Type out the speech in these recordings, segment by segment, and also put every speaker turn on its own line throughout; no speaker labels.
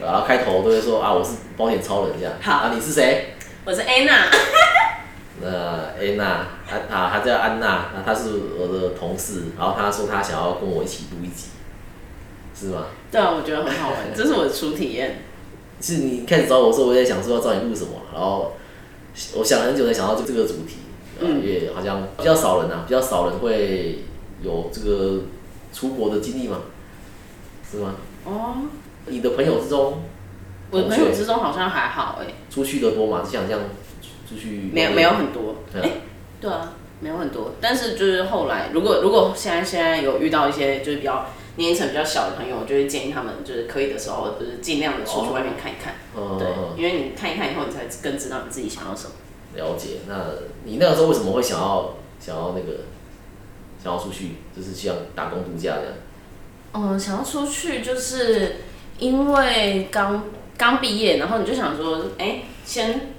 然后开头都会说啊，我是保险超人这样。
好
啊，你是谁？
我是 Anna，
那安娜，安啊，她叫安娜，啊，她是我的同事，然后她说她想要跟我一起录一集，是吗？
对啊，我觉得很好玩， 这是我的初体验。
是你一开始找我的时候，我在想说要找你录什么，然后我想了很久才想到这这个主题，呃因
嗯
为好像比较少人啊，比较少人会有这个出国的经历嘛，是吗？
哦，
你的朋友之中，
我的朋友之中好像还好哎、
出去的多嘛？就想这样出去，
没有没有 很多，
嗯
哎、对啊，没有很多。但是就是后来，如果如果现在现在有遇到一些就是比较年龄层比较小的朋友，我就会建议他们就是可以的时候，就是尽量的出去外面看一看。
嗯，
对，因为你看一看以后，你才更知道你自己想要什么。
了解。那你那个时候为什么会想要想要那个想要出去，就是像打工度假这样？
嗯，想要出去就是因为刚刚毕业，然后你就想说，哎、先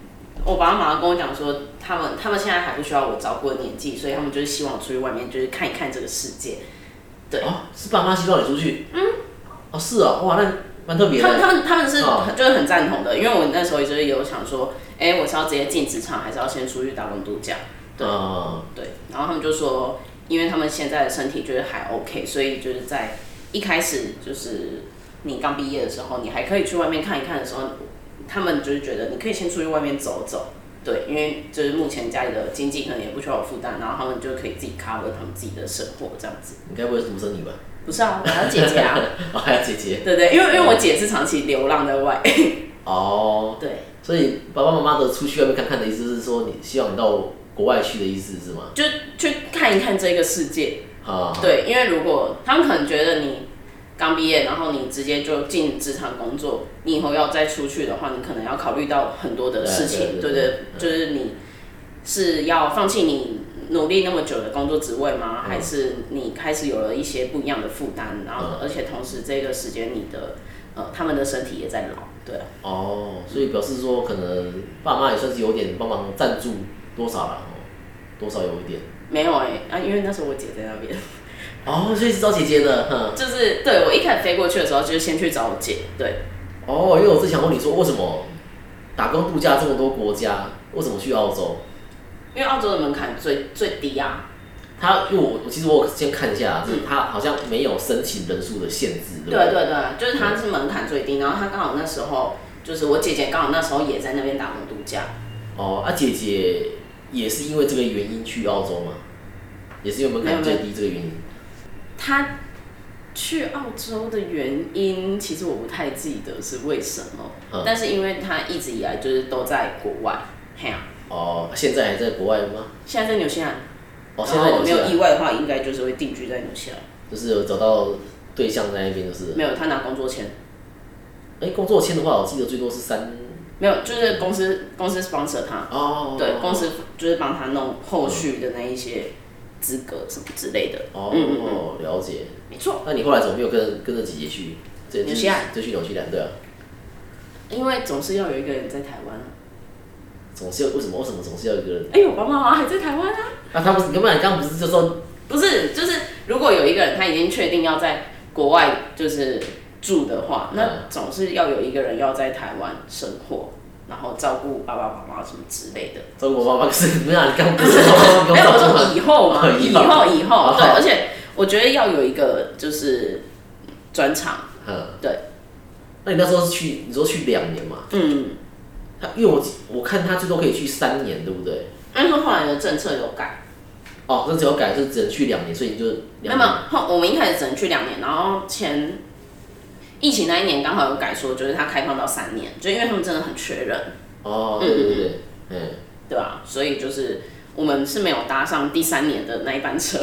我爸爸妈妈跟我讲说，他们他们现在还不需要我照顾的年纪，所以他们就是希望我出去外面就是看一看这个世界。对
哦，是爸妈希望你出去？嗯。哦，是哦，哇，那蛮特别
他们
的。
他们他们是
哦
很就是很赞同的，因为我那时候就是有想说，哎、我是要直接进职场，还是要先出去打工度假？对
嗯，
对，然后他们就说，因为他们现在的身体就是还 OK，所以就是在一开始就是你刚毕业的时候，你还可以去外面看一看的时候，他们就是觉得你可以先出去外面走走，对，因为就是目前家里的经济可能也不需要我负担，然后他们就可以自己 cover 他们自己的生活这样子。
你该不会是独生女吧？
不是啊，我要姐姐啊，
哦，还有姐姐。
对不对，因为因为我姐是长期流浪在外，
哦，
对，
所以爸爸妈妈的出去外面看看的意思是说，你希望你到国外去的意思是吗？
就去看一看这个世界，
啊，
对，因为如果他们可能觉得你刚毕业，然后你直接就进职场工作，你以后要再出去的话，你可能要考虑到很多的事情，
对
对
对对
对，就是你是要放弃你努力那么久的工作职位吗？
嗯
还是你开始有了一些不一样的负担？然后
嗯，
而且同时这个时间你的呃，他们的身体也在老，对啊，
哦，所以表示说，可能爸妈也算是有点帮忙赞助多少了，哦多少有一点。
没有哎、啊，因为那时候我姐在那 边。
哦，所以是找姐姐的，哼。
就是对我一开始飞过去的时候，就是先去找我姐，对，
哦，因为我之前问你说，为什么打工度假这么多国家，为什么去澳洲？
因为澳洲的门槛最最低啊，
他因为我我其实我有先看一下，就是他好像没有申请人数的限制，对不
嗯对
对？
对对，就是他是门槛最低，然后他刚好那时候就是我姐姐刚好那时候也在那边打工度假，
哦，啊，姐姐也是因为这个原因去澳洲吗？也是因为门槛最低这个原因。
她去澳洲的原因其实我不太记得是为什么，
嗯
但是因为她一直以来就是都在国外，嘿啊，
哦，现在还在国外吗？
现在在纽西兰，
哦，现
然
在
后
有
我没有意
是，
外的话，应该就是会定居在纽西兰，
就是有找到对象在那边，就是了。
没有她拿工作签，
哎、工作签的话，我记得最多是三。
没有就是公司公司 sponsor 她，
哦，
对，公司就是帮她弄后续的那一些资格什么之类的，
哦，
嗯嗯
了解。
没错。
那你后来怎么没有跟跟着姐姐去？这
纽西兰，
这去纽西兰对啊？
因为总是要有一个人在台湾啊。
总是要为什么为什么总是要一个人？
哎、我爸爸妈妈还在台湾啊。
那、他不是，要不然你刚刚不是就说
不是，就是如果有一个人他已经确定要在国外就是住的话，那总是要有一个人要在台湾生活，然后照顾爸爸妈妈什么之类的。
照顾我妈妈？可是没有、啊，你刚刚不是说妈妈不
没
用
有，
照
我
顾
说
吗？
以后嘛，
以
以
后
后以后
哦
对，而且我觉得要有一个就是专场，
嗯，
对。
那你那时候是去，你说去两年嘛？
嗯，
他因为我我看他最多可以去三年，对不对？
但是后来的政策有改，
哦，那只有改是只能去两年，所以你就
没
两
有没有
年。
后我们一开始只能去两年，然后前疫情那一年刚好有改说，就是它开放到三年，就因为他们真的很缺人。
哦，对对对，嗯，
对啊，所以就是我们是没有搭上第三年的那一班车。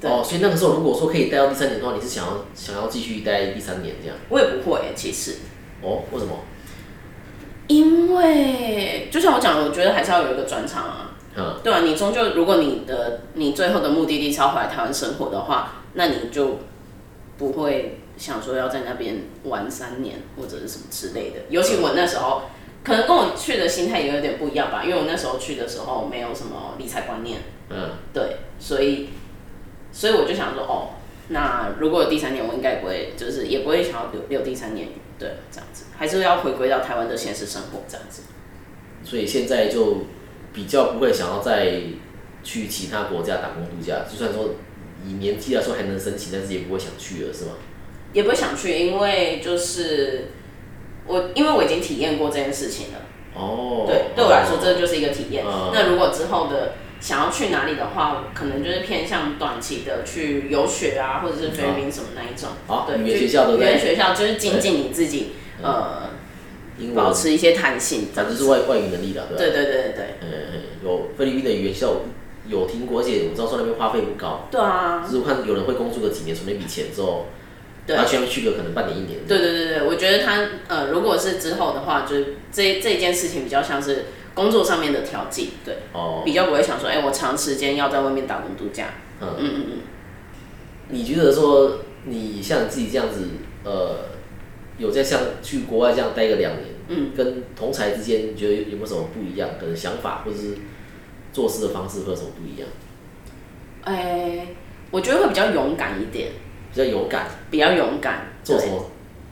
对
哦，所以那个时候如果说可以待到第三年的话，你是想要想要继续待第三年这样？
我也不会、欸，其实，
哦，为什么？
因为就像我讲的，我觉得还是要有一个转场啊。
嗯，
对啊，你终究如果你的你最后的目的地是要回来台湾生活的话，那你就不会想说要在那边玩三年或者是什么之类的。尤其我那时候。可能跟我去的心态也有点不一样吧，因为我那时候去的时候没有什么理财观念，
嗯，
对，所以所以我就想说，哦，那如果有第三年，我应该不会，就是也不会想要留留第三年，对，这样子，还是要回归到台湾的现实生活这样子。
所以现在就比较不会想要再去其他国家打工度假，就算说以年纪来说还能申请，但是也不会想去了，是吗？
也不会想去，因为就是我，因为我已经体验过这件事情了。
哦，
对，对我来说，这就是一个体验
嗯。
那如果之后的想要去哪里的话，可能就是偏向短期的去游学啊，或者是菲律宾什么那一种。
嗯好
对，
语言学校对不
语
对嗯
言学校就是精进你自己，呃，
英文
保持一些弹性，这
反
样
正
子。
是外外语能力的，对吧？
对对对对对，
嗯，嗯有菲律宾的语言学校有听过，而且我知道说那边花费不高，
对啊
就，是我看有人会工作个几年，存那笔钱之后，啊
对
然后去那边去个可能半年一年，
对对对对，我觉得他呃，如果是之后的话，就是这这件事情比较像是工作上面的调剂，对，
哦，
比较不会想说，哎、我长时间要在外面打工度假。
嗯
嗯嗯嗯。
你觉得说你像你自己这样子，呃，有在像去国外这样待个两年，
嗯，
跟同才之间，你觉得有没有什么不一样？可能想法或者是做事的方式会有什么不一样？
哎、我觉得会比较勇敢一点，
比较勇敢，
比较勇敢。
做什
对？
么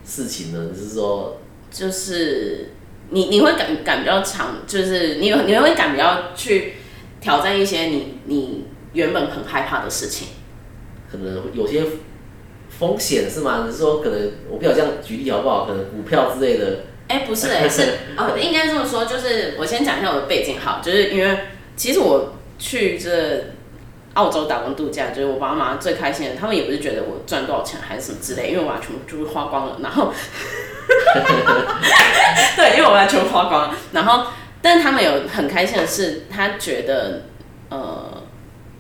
事情呢？就是说，
就是你你会感感比较长，就是你有你会感比较去挑战一些你你原本很害怕的事情。
可能有些风险是吗？你是说可能我不晓得这样举例好不好？可能股票之类的，
哎、不是、哎，是哦，应该这么说，就是我先讲一下我的背景好，就是因为其实我去这澳洲打工度假，就是我爸妈最开心的，他们也不是觉得我赚多少钱还是什么之类，因为我把全部就是花光了，然后，对，因为我把全部花光了，然后，但他们有很开心的是，他觉得呃，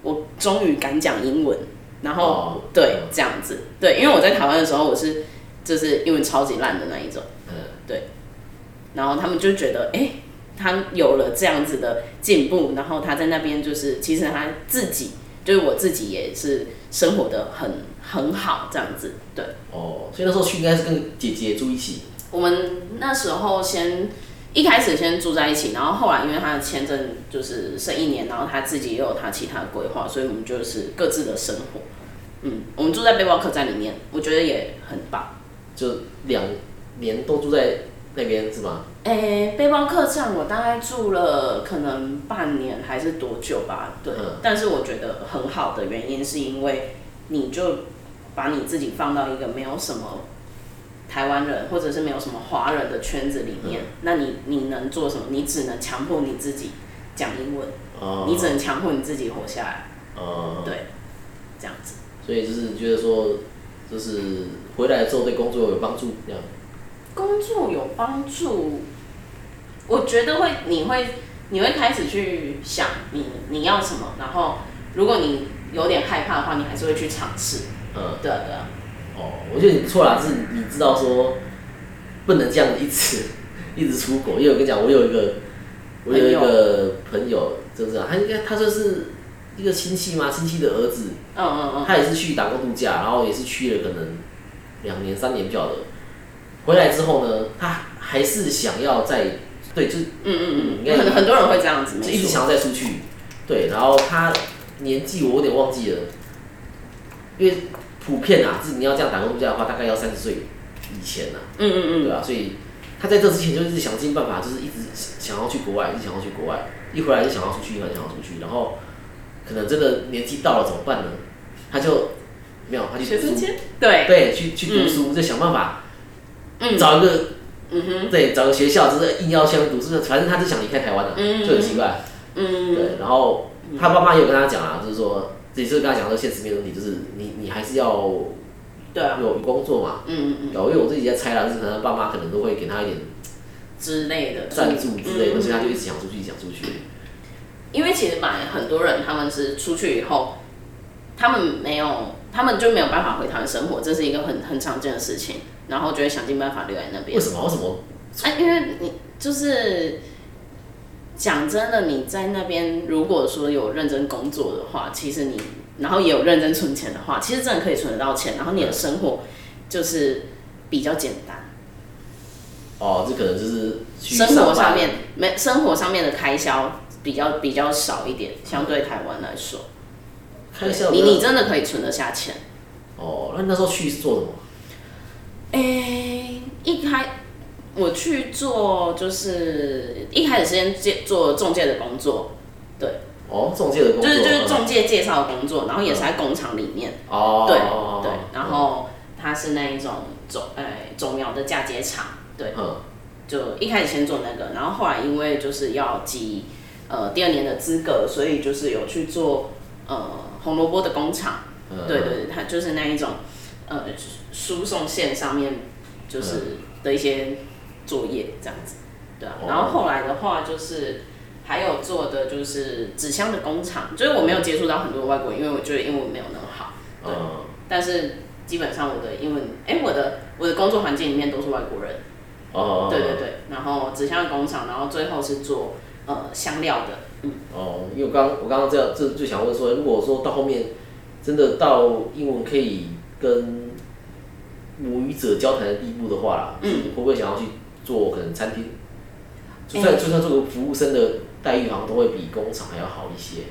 我终于敢讲英文，然后、
哦
对这样子，对，因为我在台湾的时候我是就是英文超级烂的那一种。
嗯，
然后他们就觉得，哎、他有了这样子的进步，然后他在那边就是，其实他自己就是我自己也是生活的很很好这样子。对，
哦，所以那时候去应该是跟姐姐住一起，
我们那时候先一开始先住在一起，然后后来因为他的签证就是剩一年，然后他自己也有他其他的规划，所以我们就是各自的生活。嗯，我们住在背包客栈里面，我觉得也很棒。
就两年都住在那边是吗？
哎、背包客栈我大概住了可能半年还是多久吧，对。
嗯
但是我觉得很好的原因是因为你就把你自己放到一个没有什么台湾人或者是没有什么华人的圈子里面，那你你能做什么？你只能强迫你自己讲英文，
哦，
你只能强迫你自己活下来，
哦，
对，这样子。
所以就是你觉得说，就是回来之后对工作有帮助，这样
工作有帮助，我觉得会，你会，你会开始去想你你要什么，然后如果你有点害怕的话，你还是会去尝试。
嗯，
对对啊，
哦，我觉得你不错啦，就是你知道说不能这样一直 一直出国，因为我跟你讲，我有一个我有一个朋友，就是这样他应该他算是一个亲戚嘛，亲戚的儿子，
嗯嗯嗯，
他也是去打工度假，然后也是去了可能两年三年不晓得，回来之后呢，他还是想要再对，就
嗯嗯
应该
嗯，很很多人会这样子，
就
没
一直
错。
想要再出去。对，然后他年纪我有点忘记了，因为普遍啊，就是你要这样打工度假的话，大概要三十岁以前啊，
嗯嗯
对
嗯，
啊，所以他在这之前就一直想尽办法，就是一直想要去国外，一直想要去国外，一回来就想要出去，一回来就想要出去，然后可能真的年纪到了怎么办呢？他就没有，他去
学
读
生
书，
签，对，
对，去去读书，就想办法
嗯
找一个
嗯哼，
对找个学校，就是硬要去那边读书，反正他就想离开台湾了，
嗯
就很奇怪。
嗯
对，然后他爸妈也有跟他讲啊，就是说，也就是跟他讲说现实面的问题，就是你你还是要
对啊，
有工作嘛。
嗯嗯
对，因为我自己在猜啦，就是可能爸妈可能都会给他一点
嗯之类的
赞助之类的，所以他
嗯嗯嗯
就一直想出去，一直想出去。
因为其实买很多人他们是出去以后，他们没有，他们就没有办法回台湾生活，这是一个很很常见的事情，然后就会想尽办法留在那边
为。什么？为什么？
哎、因为你就是讲真的，你在那边如果说有认真工作的话，其实你然后也有认真存钱的话，其实真的可以存得到钱，然后你的生活就是比较简单。
哦，这可能就是去
生活
上
上
班
面没生活上面的开销比较比较少一点，相对台湾来说，
开销比
你
较。
你真的可以存得下钱。
哦，那你那时候去是做什么？
诶、一开我去做就是一开始先介做中介的工作，
哦，中介的工
就
作，
是就是
嗯
中介介绍的工作，然后也是在工厂里面，
哦，
对对，然后它是那一种种诶种苗的嫁接厂，对，
嗯，
就一开始先做那个，然后后来因为就是要集呃第二年的资格，所以就是有去做呃红萝卜的工厂。
嗯
对，对，对，它就是那一种呃输送线上面
嗯
就是的一些作业这样子，对啊
哦。
然后后来的话就是还有做的就是纸箱的工厂，就是我没有接触到很多外国人，因为我觉得英文没有那么好，对
嗯，
但是基本上我的英文，哎、我的我的工作环境里面都是外国人，
哦，
对对对。然后纸箱的工厂，然后最后是做呃香料的，
哦，因为我刚我刚刚这样这就想问说，如果说到后面真的到英文可以跟母语者交谈的地步的话啦，
嗯
会不会想要去做可能餐厅？就算就算做个服务生的待遇，好像都会比工厂还要好一些。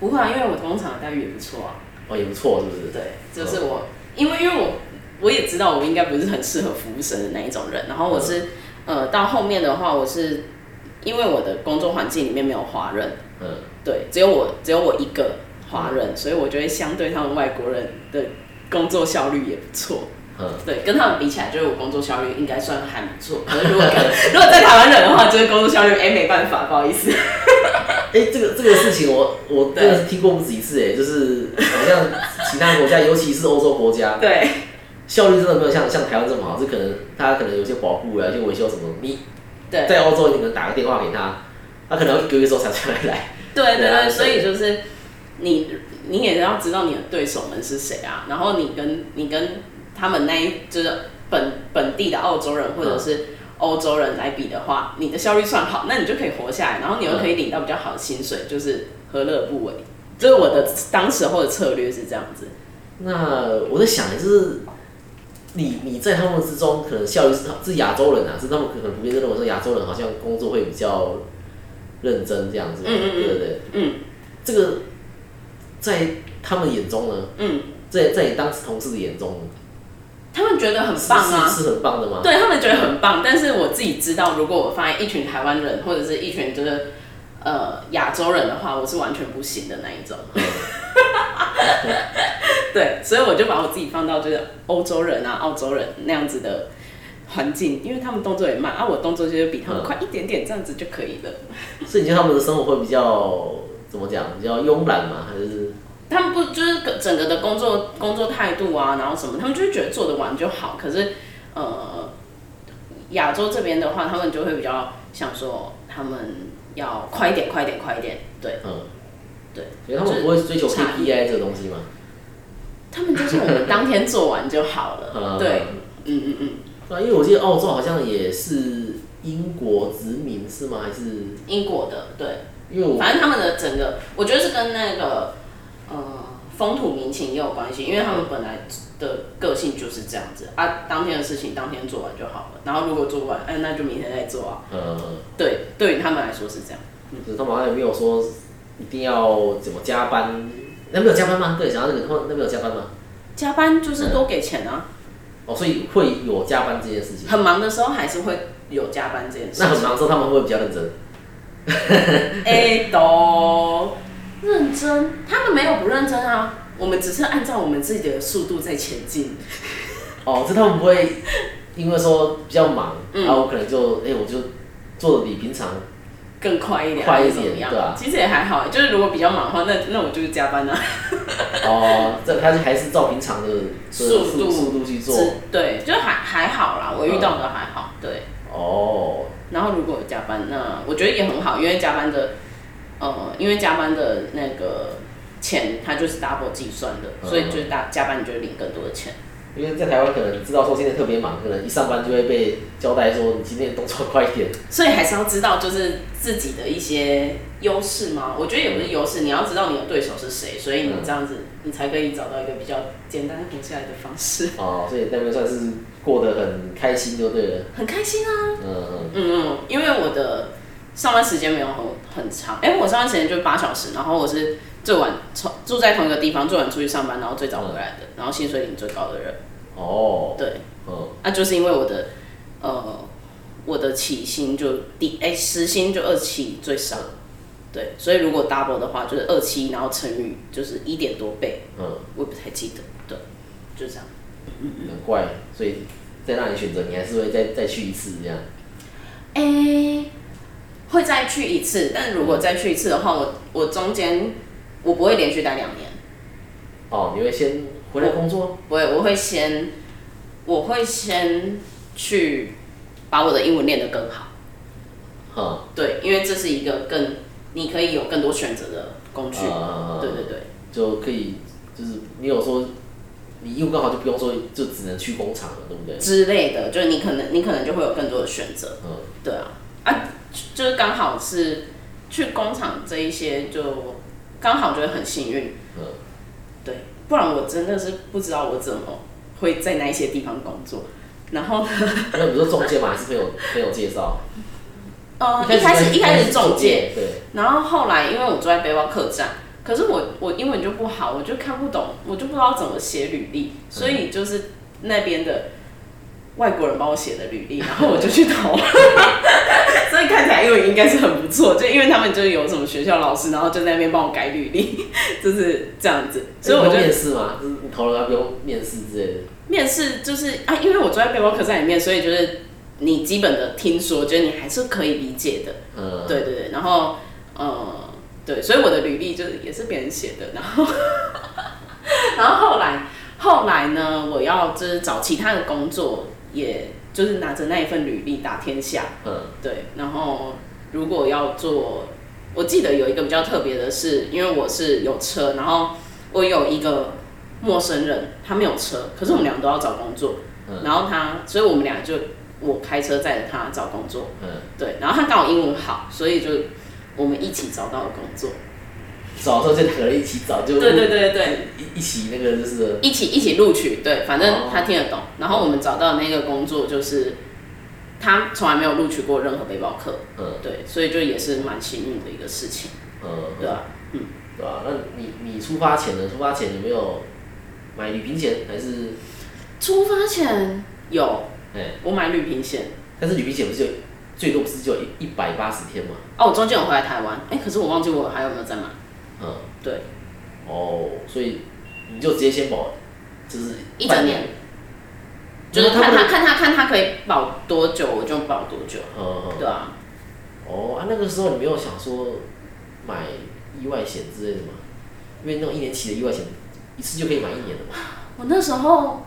不会啊，因为我工厂的待遇也不错啊。
哦，也不错，是不是？
对，就是我，因为因为我我也知道我应该不是很适合服务生的那一种人，然后我是、呃到后面的话，我是因为我的工作环境里面没有华人，
嗯，
对，只有我只有我一个华人，所以我觉得相对他们外国人的工作效率也不错，
嗯，
对，跟他们比起来，就是我工作效率应该算还不错，可是如果跟如果在台湾人的话，就是工作效率哎、没办法，不好意思，
哎、这个这个事情我我真的是听过不止一次哎、就是好像其他 国家，尤其是欧洲国家，
对
效率真的没有像像台湾这么好，这可能大家可能有些保护啊，一些维修什么，你
对。
在欧洲你可能打个电话给他，他可能要一个月之后才才会来。
对
对
对
啊
对，所以就是你你也要知道你的对手们是谁啊，然后你跟你跟他们那一就是本本地的澳洲人或者是欧洲人来比的话，你的效率算好，那你就可以活下来，然后你又可以领到比较好的薪水，就是何乐而不为？就是我的当时候的策略是这样子。
那我在想，就是你你在他们之中，可能效率是是亚洲人啊，是他们很普遍认为说亚洲人好像工作会比较认真这样子，
嗯嗯嗯
对不对？
嗯
这个在他们眼中呢，
嗯，
在在你当时同事的眼中，
他们觉得很
是
棒啊，
是是很棒的吗？
对他们觉得很棒，但是我自己知道，如果我放在一群台湾人或者是一群就是呃亚洲人的话，我是完全不行的那一种。对，所以我就把我自己放到就是欧洲人啊、澳洲人那样子的环境，因为他们动作也慢啊，我动作就是比他们快一点点，这样子就可以了。
所以你觉得他们的生活会比较怎么讲？比较慵懒吗？还是
他们不就是整个的工作工作态度啊，然后什么，他们就是觉得做得完就好。可是，呃，亚洲这边的话，他们就会比较想说，他们要快一点，快一点，快一点。对
嗯，
对，
所以他们不会追求
就是差异
KPI 这个东西吗？
他们就是我们当天做完就好了。
嗯
对，嗯嗯嗯，
对啊，因为我记得澳洲好像也是英国殖民是吗？还是
英国的对，
因为我
反正他们的整个，我觉得是跟那个呃风土民情也有关系，因为他们本来的个性就是这样子啊，当天的事情当天做完就好了。然后如果做不完，哎，那就明天再做啊。
呃，
对，对于他们来说是这样。
就是他们好像也没有说一定要怎么加班，那边有加班吗？对，想到那个他们那边有加班吗？
加班就是多给钱啊，
哦，所以会有加班这件事情。
很忙的时候还是会有加班这件
嗯
事
那很
情。
忙的时候他们会不会比较认真？
哎，都认真，他们没有不认真啊，我们只是按照我们自己的速度在前进。
哦，这他们不会因为说比较忙，然后我可能就哎、我就做的比平常
更快一点，
快一点
还是怎么样
对啊
其实也还好，欸就是如果比较忙的话，那那我就是加班啊，
哦，这他还是照平常的的
速
速
度
速度去做
是对，就还还好啦，我遇到的还好，对。
哦。
然后如果有加班，那我觉得也很好，因为加班的，呃，因为加班的那个钱它就是 double 计算的，
嗯
所以就是大加班你就会领更多的钱。
因为在台湾可能知道说今天特别忙，可能一上班就会被交代说你今天动作快一点。
所以还是要知道就是自己的一些优势嘛，我觉得也不是优势，你要知道你的对手是谁，所以你
嗯
这样子你才可以找到一个比较简单活下来的方式，
哦，所以那边算是过得很开心就对了。
很开心啊。
嗯嗯，
嗯，嗯，因为我的上班时间没有很很长，哎、我上班时间就八小时，然后我是最晚从住在同一个地方，最晚出去上班，然后最早回来的，然后薪水领最高的人。
哦，
对，
嗯，
那、就是因为我的呃我的起薪就低，哎、时薪就二七最少，对，所以如果 double 的话就是二七，然后乘以就是一点多倍，
嗯，
我也不太记得，对，就这样。
难怪，所以在那里选择，你还是会再再去一次这样。
哎、会再去一次，但如果再去一次的话，我我中间我不会连续待两年，
哦，你会先回来工作，
不会，我会先我会先去把我的英文练得更好。
哈，
对，因为这是一个更你可以有更多选择的工具。
啊
对对对，
就可以，就是你有说你英文刚好就不用说，就只能去工厂了，对不对？
之类的，就是你可能你可能就会有更多的选择。
嗯，
对啊，啊，就就是刚好是去工厂这一些就刚好就会很幸运。
嗯，
对，不然我真的是不知道我怎么会在那一些地方工作。然后呢，
那不是中介嘛，还是朋友朋友介绍？
呃，一开始一开始中介，，
对，
然后后来因为我住在背包客栈，可是我我英文就不好，我就看不懂，我就不知道怎么写履历，所以就是那边的外国人帮我写的履历，然后我就去投， 所以看起来英文应该是很不错，就因为他们就是有什么学校老师，然后就在那边帮我改履历， 就是这样子，所以我
你不
就
用面试嘛，哎就是你投了他不用面试之类的。
面试就是啊，因为我住在背包客栈里面，所以就是你基本的听说，就是你还是可以理解的。
嗯，
对对对，然后呃，对，所以我的履历就是也是别人写的，然后 然后后来后来呢，我要就是找其他的工作，也就是拿着那一份履历打天下，
嗯，
对，然后如果要做，我记得有一个比较特别的是，因为我是有车，然后我有一个陌生人，他没有车，可是我们俩都要找工作，
嗯
然后他，所以我们俩就我开车载着他找工作，
嗯，
对，然后他刚好英文好，所以就我们一起找到了工作，
找的时候就两个人一起找，就
对对对对，
一一起那个就是
一起一起录取，对，反正
哦
他听得懂，然后我们找到的那个工作就是他从来没有录取过任何背包客，
嗯
对，所以就也是蛮幸运的一个事情，
嗯，
对吧、
对吧？那你你出发前呢？出发前有没有买旅行险？还是
出发前有
哎？
我买旅行险，
但是旅行险不是就最多不是就一一百八十天嘛？
哦，我中间有回来台湾，哎、可是我忘记我还有没有再买，
嗯，
对，
哦，所以你就直接先保，就是
一整年，
半，
就是看他
们
看他看他可以保多久，我就保多久，
嗯嗯
对啊。
哦啊，那个时候你没有想说买意外险之类的吗？因为那种一年期的意外险一次就可以买一年的嘛。
我那时候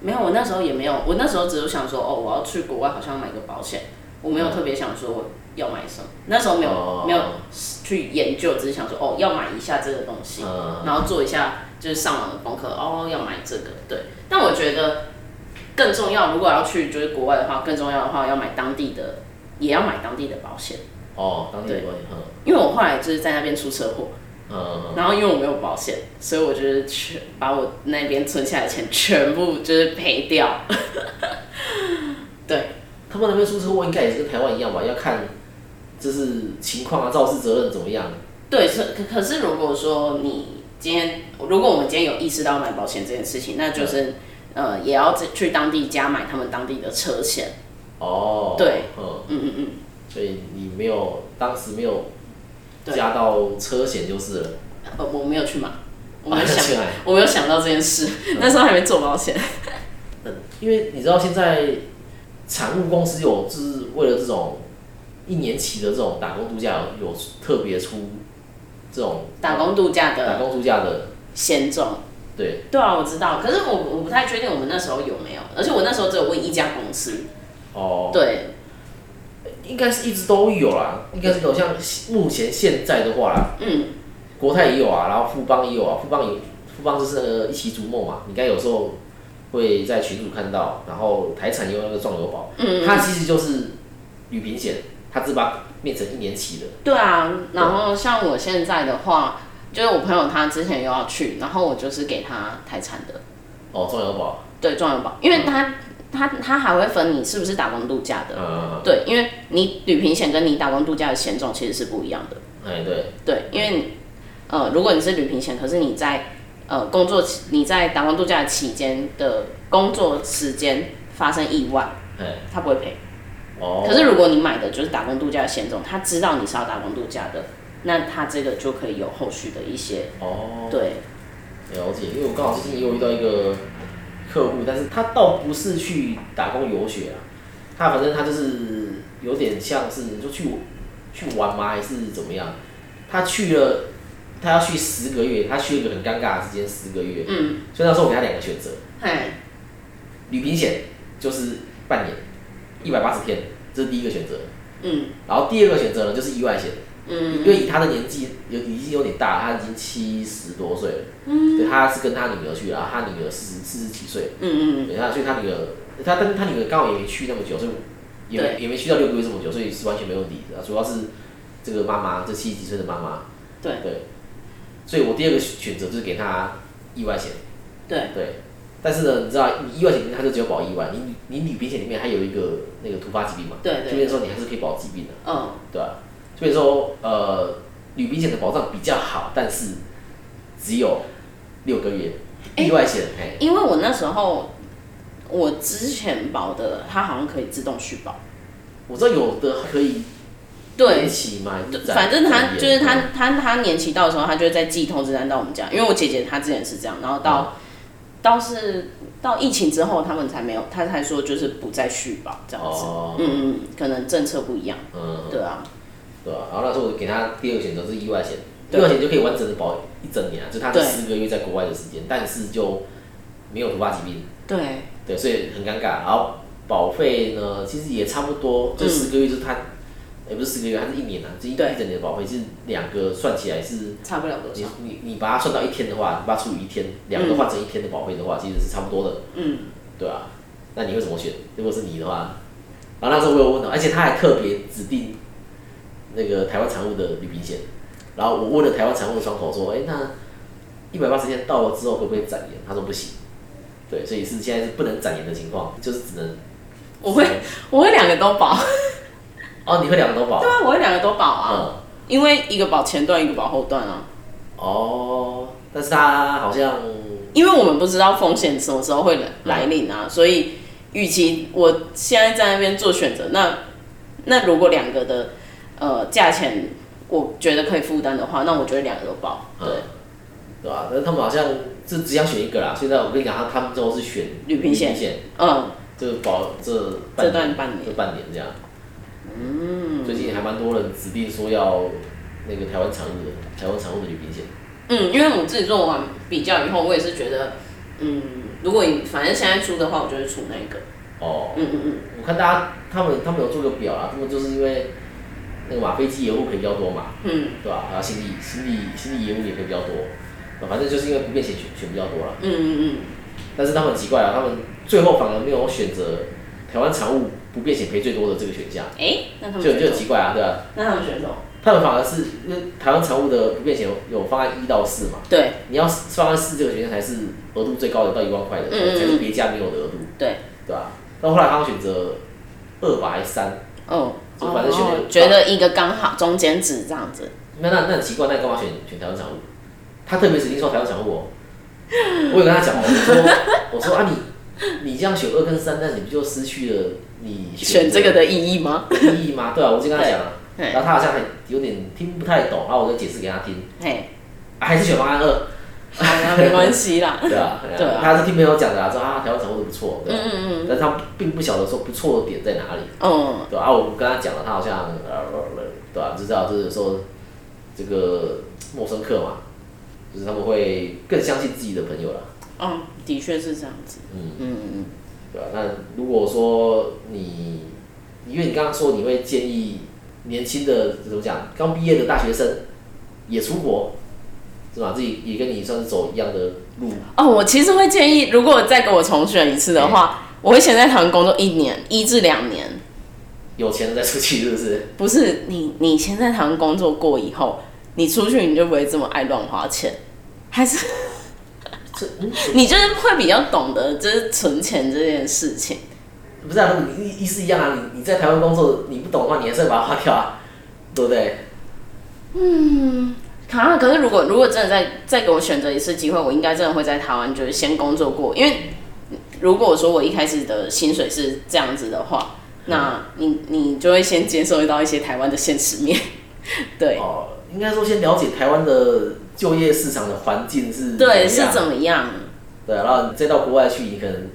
没有，我那时候也没有，我那时候只是想说，哦，我要去国外，好像买个保险，我没有特别想说我要买什么，那时候没有、
哦
没有去研究，只是想说，哦，要买一下这个东西，
嗯，
然后做一下就是上网的功课，哦，要买这个，对。但我觉得更重要，如果要去就是国外的话，更重要的话要买当地的，也要买当地的保险，
哦，当地的意外险，嗯
因为我后来就是在那边出车祸，
嗯
然后因为我没有保险，所以我就是全把我那边存下来的钱全部就是赔掉。对，
嗯，他们那边出车祸应该也是跟台湾一样吧？要看就是情况啊，肇事责任怎么样？
对，是可可是如果说你今天，如果我们今天有意识到买保险这件事情，那就是、呃也要去当地家买他们当地的车险。
哦，
对，
嗯，
嗯嗯嗯，
所以你没有当时没有
对
加到车险就是了，
呃我没有去买，我没 有
起
想，
来。
我没有想到这件事， 那时候还没做保险。
嗯，因为你知道现在产物公司有就是为了这种一年期的这种打工度假有有特别出这种
打工度假
打
的
工度假的，
险种。
对，
对啊，我知道，可是我我不太确定我们那时候有没有，而且我那时候只有问一家公司，
哦，
对，
应该是一直都有啦，应该是有像目前现在的话啦，
嗯，
国泰也有啊，然后富邦也有啊，富邦有富邦就是那个一起逐梦嘛，你应该有时候会在群组看到，然后台产也有那个壮游宝，
嗯
它其实就是旅平险，它只把它变成一年期的，
对啊。然后像我现在的话，就是我朋友他之前又要去，然后我就是给他台产的，
哦，壮游宝，
对，壮游宝，因为他、他他还会分你是不是打工度假的，
嗯，
对，因为你旅行险跟你打工度假的险种其实是不一样的，
嗯哎对。
对，因为你呃，如果你是旅行前，可是你在呃工作期你在打工度假的期间的工作时间发生意外，
哎，
他不会赔。
哦，
可是如果你买的就是打工度假的险种，他知道你是要打工度假的，那他这个就可以有后续的一些
哦，
对
了解，因为我刚好最近也有遇到一个客户，但是他倒不是去打工游学啊，他反正他就是有点像是就去去玩嘛，还是怎么样？他去了，他要去十个月，他去了一个很尴尬的时间，十个月，
嗯，
所以那时候我给他两个选择，
嗨，
旅行险就是半年，一百八十天，这是第一个选择，
嗯
然后第二个选择呢就是意外险。因
嗯
为以他的年纪有已经有点大，他已经七十多岁了。嗯，对，他是跟他女儿去的，然后他女儿四十四十几岁，
嗯嗯
对，他所以他女儿，他但他女儿刚好也没去那么久，所以也没
对
也没去到六个月这么久，所以是完全没问题的。主要是这个妈妈，这七十几岁的妈妈，
对
对，所以我第二个选择就是给他意外险，
对
对。但是呢，你知道你意外险里面它就只有保意外，你你你旅行险里面还有一个那个突发疾病嘛，
对对
就变成说你还是可以保疾病的。
嗯，
对啊，所以说呃，旅行险的保障比较好，但是只有六个月，
哎
意外险哎、
因为我那时候我之前保的，它好像可以自动续保，
我知道有的可以
对
延，期嘛，再
反正他
再延
就是他，他他年期到的时候，他就会再寄通知单到我们家。因为我姐姐她之前是这样，然后
嗯
到、到是到疫情之后，他们才没有，他才说就是不再续保这样子。
哦，嗯
嗯嗯，可能政策不一样，对啊，
对啊，然后那时候我给他第二个选择是意外险，意
对
外险就可以完整的保一整年啊，就他这
对
四个月在国外的时间，但是就没有突发疾病，
对
对，所以很尴尬。然后保费呢，其实也差不多，就
嗯
十个月就是他，也不是十个月，它是一年啊，这一一
对
整年的保费，其实两个算起来是，
差不了多
你
少。
你你把它算到一天的话，你把它除以一天，两个
嗯
换成一天的保费的话，其实是差不多的，
嗯，
对啊。那你会怎么选？如果是你的话，然后那时候我有问了，而且他还特别指定那个台湾产物的旅行险，然后我问了台湾产物的窗口说，哎、那一百八十天到了之后可不可以展延？他说不行，对，所以是现在是不能展延的情况，就是只能
我会我会两个都保，
哦，你会两个都保
对，啊， 我会两个都保啊，
嗯，
因为一个保前段，一个保后段啊。
哦，但是他好像
因为我们不知道风险什么时候会来来临啊，所以与其我现在在那边做选择，那那如果两个的呃价钱我觉得可以负担的话，那我觉得两个都报。
嗯
对，
对吧、但是他们好像是只想选一个啦。现在我跟你讲，他他们最后是选
旅平险
险，
嗯，
就是保这
这
半年
段半
这
年，
半年这样。嗯，最近还蛮多人指定说要那个台湾产物的台湾产物的旅平险。
嗯，因为我自己做完比较以后，我也是觉得，嗯，如果你反正现在出的话，我就会出那个。
哦，
嗯嗯嗯，
我看大家他们他们有做个表啦，他们就是因为那个嘛飞机延误赔比较多嘛，
嗯
对吧、然后行李行李行李延误也赔比较多，反正就是因为不便险选选比较多啦。
嗯嗯
但是他们很奇怪啊，他们最后反而没有选择台湾产物不变险赔最多的这个选项
嗯，，哎，那他们
就就很
选什么？
奇怪啊，对啊，
那他们选什么？
他们反而是因为台湾产物的不变险有有方案一到四嘛，
对
你要方案四这个选项才是额度最高的，到一万块的，
嗯嗯嗯
才是别家没有的额度，啊
对，
对吧、那后来他们选择二吧还是三，
哦，
就反正选了
哦觉得一个刚好中间值这样子。
那那那很奇怪，那干嘛选选台湾产物？他特别指定说台湾产物哦， 我有跟他讲哦，我说我说啊你你这样选二跟三，那你不就失去了你
选这个的意义吗？
意义吗？对啊，我就跟他讲啊，
对
然后他好像还有点听不太懂，然后我就解释给他听，
嘿，
啊、还是选方案二，
好啦，啊没关系啦。
对啊，
对啊
他是听朋友讲的啊，说啊台湾掌握的不错，对、
嗯
啊，
嗯
但是他并不晓得说不错的点在哪里，
嗯，哦，
对啊，啊我跟他讲了，他好像呃，对啊，知道就是说这个陌生客嘛，就是他们会更相信自己的朋友啦，
哦，的确是这样子。
嗯
嗯嗯嗯，
对啊，那如果说你，因为你刚刚说你会建议年轻的怎么讲，刚毕业的大学生也出国，是吧？自己也跟你算是走一样的路，
哦，我其实会建议，如果再给我重选一次的话，我会先在台湾工作一年，一至两年。
有钱了再出去，是不是？
不是你，你先在台湾工作过以后，你出去你就不会这么爱乱花钱，还是
这嗯，
你就是会比较懂得就是存钱这件事情。
不是啊，你意意思一样啊。你你在台 湾工作，你不懂的话，你还是会把它花掉啊，对不对？
啊，可是如果如果真的再再给我选择一次机会，我应该真的会在台湾就是先工作过，因为如果我说我一开始的薪水是这样子的话，那
嗯
你你就会先接受到一些台湾的现实面，对
哦，应该说先了解台湾的就业市场的环境是怎
对
么
是
样
怎么样，
对，啊然后你再到国外去，你可能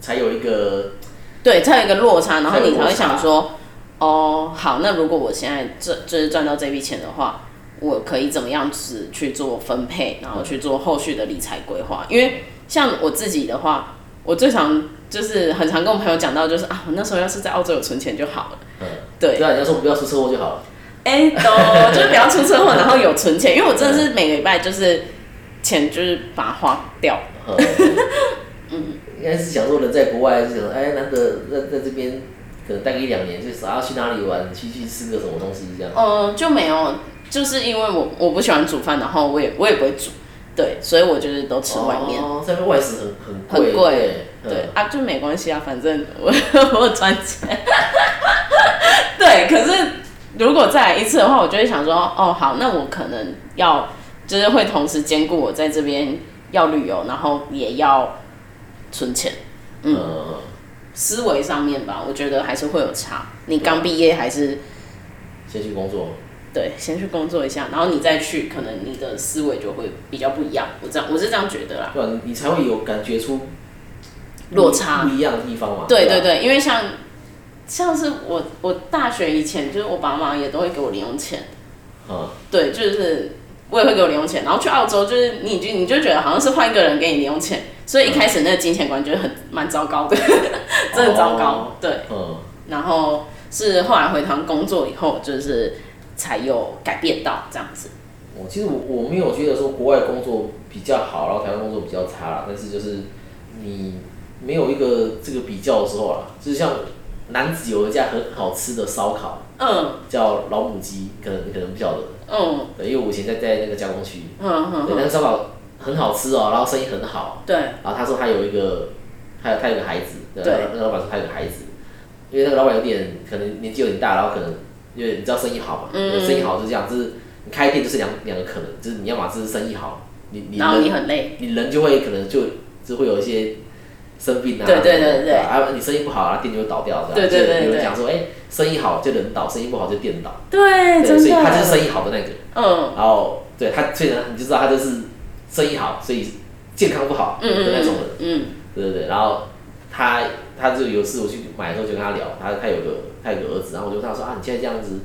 才有一个
对，才有一个落差，然后
才
你才
有
会
落差
想说，哦，好，那如果我现在这就是赚到这笔钱的话，我可以怎么样子去做分配，然后去做后续的理财规划？因为像我自己的话，我最常就是很常跟我朋友讲到，就是啊，我那时候要是在澳洲有存钱就好了。
嗯
对，
对啊，人家说不要出车祸就好了，
哎、都 就是不要出车祸，然后有存钱，因为我真的是每个礼拜就是钱就是把它花掉。
嗯，应该是想说人在国外就想说，哎，难得在在这边可能待个一两年，就是啊去哪里玩，去去吃个什么东西这样，
呃，就没有，就是因为我我不喜欢煮饭，然后我也我也不会煮，对，所以我就是都吃外面。
哦，在外食很很
很
贵，
贵
嗯
对啊，就没关系啊，反正我 我有赚钱。对，可是如果再来一次的话，我就会想说，哦，好，那我可能要就是会同时兼顾我在这边要旅游，然后也要存钱。嗯
嗯，
思维上面吧，我觉得还是会有差。你刚毕业还是
先去工作，
对，先去工作一下，然后你再去，可能你的思维就会比较不一样。我这样我是这样觉得啦，
对吧、啊你才会有感觉出
落差
不一样的地方嘛，啊
对
吧
对对，因为像像是我我大学以前，就是我爸妈也都会给我零用钱，
嗯，
对，就是我也会给我零用钱。然后去澳洲，就是你就你就觉得好像是换一个人给你零用钱，所以一开始那个金钱观就是很蛮糟糕的， 真的糟糕。
哦
对，
嗯，
然后是后来回台湾工作以后，就是才有改变到这样子。
我其实我我没有觉得说国外工作比较好，然后台湾工作比较差啦，但是就是你没有一个这个比较的时候啊，就是像南子有一家很好吃的烧烤
嗯
叫老母鸡，可能你可能不晓得，
嗯
对，因为我以前在在那个加工区，
嗯嗯
对，那个烧烤很好吃哦、然后生意很好，
对，
然后他说他有一个，他有他有个孩子，对，
对
那个老板说他有个孩子，因为那个老板有点可能年纪有点大，然后可能因为你知道生意好嘛，
嗯
生意好就是这样，就是你开店就是两两个可能，就是你要么就是生意好，你你
然后
人
你很累，
你人就会可能就就会有一些生病啊，
对对对对
啊你生意不好，然后店就会倒掉，
对对对
所以有
对
人讲说，哎，生意好就人倒，生意不好就店倒，
对
所以他就是生意好的那个，
嗯
然后对他，所以呢你就知道他就是生意好，所以健康不好
嗯
的那种人。
嗯嗯
对对对，然后他他就有次我去买的时候就跟他聊，他他有个他有个儿子，然后我就跟他说啊，你现在这样子，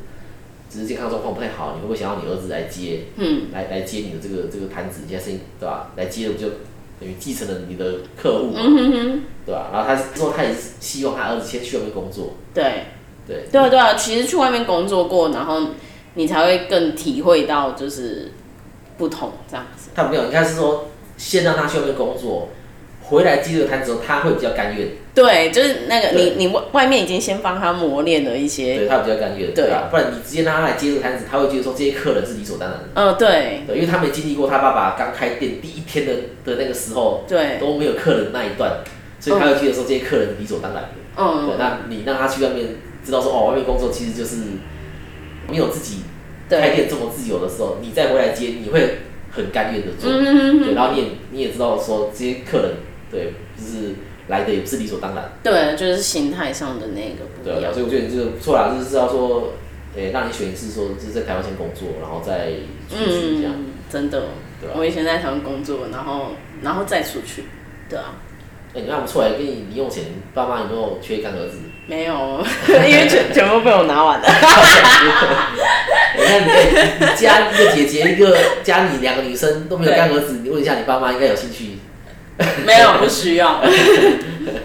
只是健康状况不太好，你会不会想要你儿子来接
嗯
来来接你的这个这个摊子？你现在生意对吧？来接了不就等于继承了你的客户嘛，
嗯哼哼，
对吧？然后他说他也是希望他儿子先去外面工作，
对。
对
对啊，对啊，其实去外面工作过，然后你才会更体会到就是不同这样子。
他没有，应该是说先让他去外面工作，回来接这个摊子之后，他会比较甘愿，
对，就是那个
对
你你外外面已经先帮他磨练了一些，
对他比较甘愿，
对
对吧？不然你直接让他来接这个摊子，他会觉得说这些客人是理所当然的。
嗯、对
对，因为他没经历过他爸爸刚开店第一天的的那个时候
对，
都没有客人那一段，所以他会觉得说这些客人理所当然的。对，
嗯，
那你让他去外面知道说哦，外面工作其实就是没有自己开
对，
店这么自由的时候，你再回来接，你会很甘愿的做。
嗯，
对，然后你也你也知道说这些客人对，就是来的也不是理所当然。
对，就是心态上的那个不
对
一
啊，
样。
所以我觉得你这个不错啦，就是要说，诶、让你选一次说就是在台湾先工作，然后再出去这样。
嗯，真的
对啊，
我以前在台湾工作，然后然后再出去，对啊，
哎、你看不错哎，给你零用钱，爸妈有没有缺一干儿子？
没有，因为全 全部被我拿完了。
你看你哎你家一个姐姐，一个家你两个女生都没有干儿子，你问一下你爸妈应该有兴趣。
没有，不需要，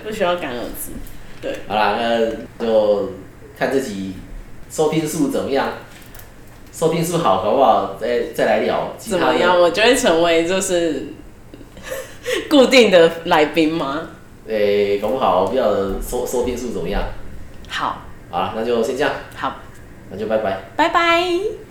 不需要干儿子。
好啦，那就看这集收听数怎么样，收听数好好不好？再再来聊其
怎
他
么
的
样？。我就会成为就是 固定的来宾吗？
诶、哎搞不好不要收收听数怎么样？
好，
好啦，那就先这样，
好，
那就拜拜。
拜拜。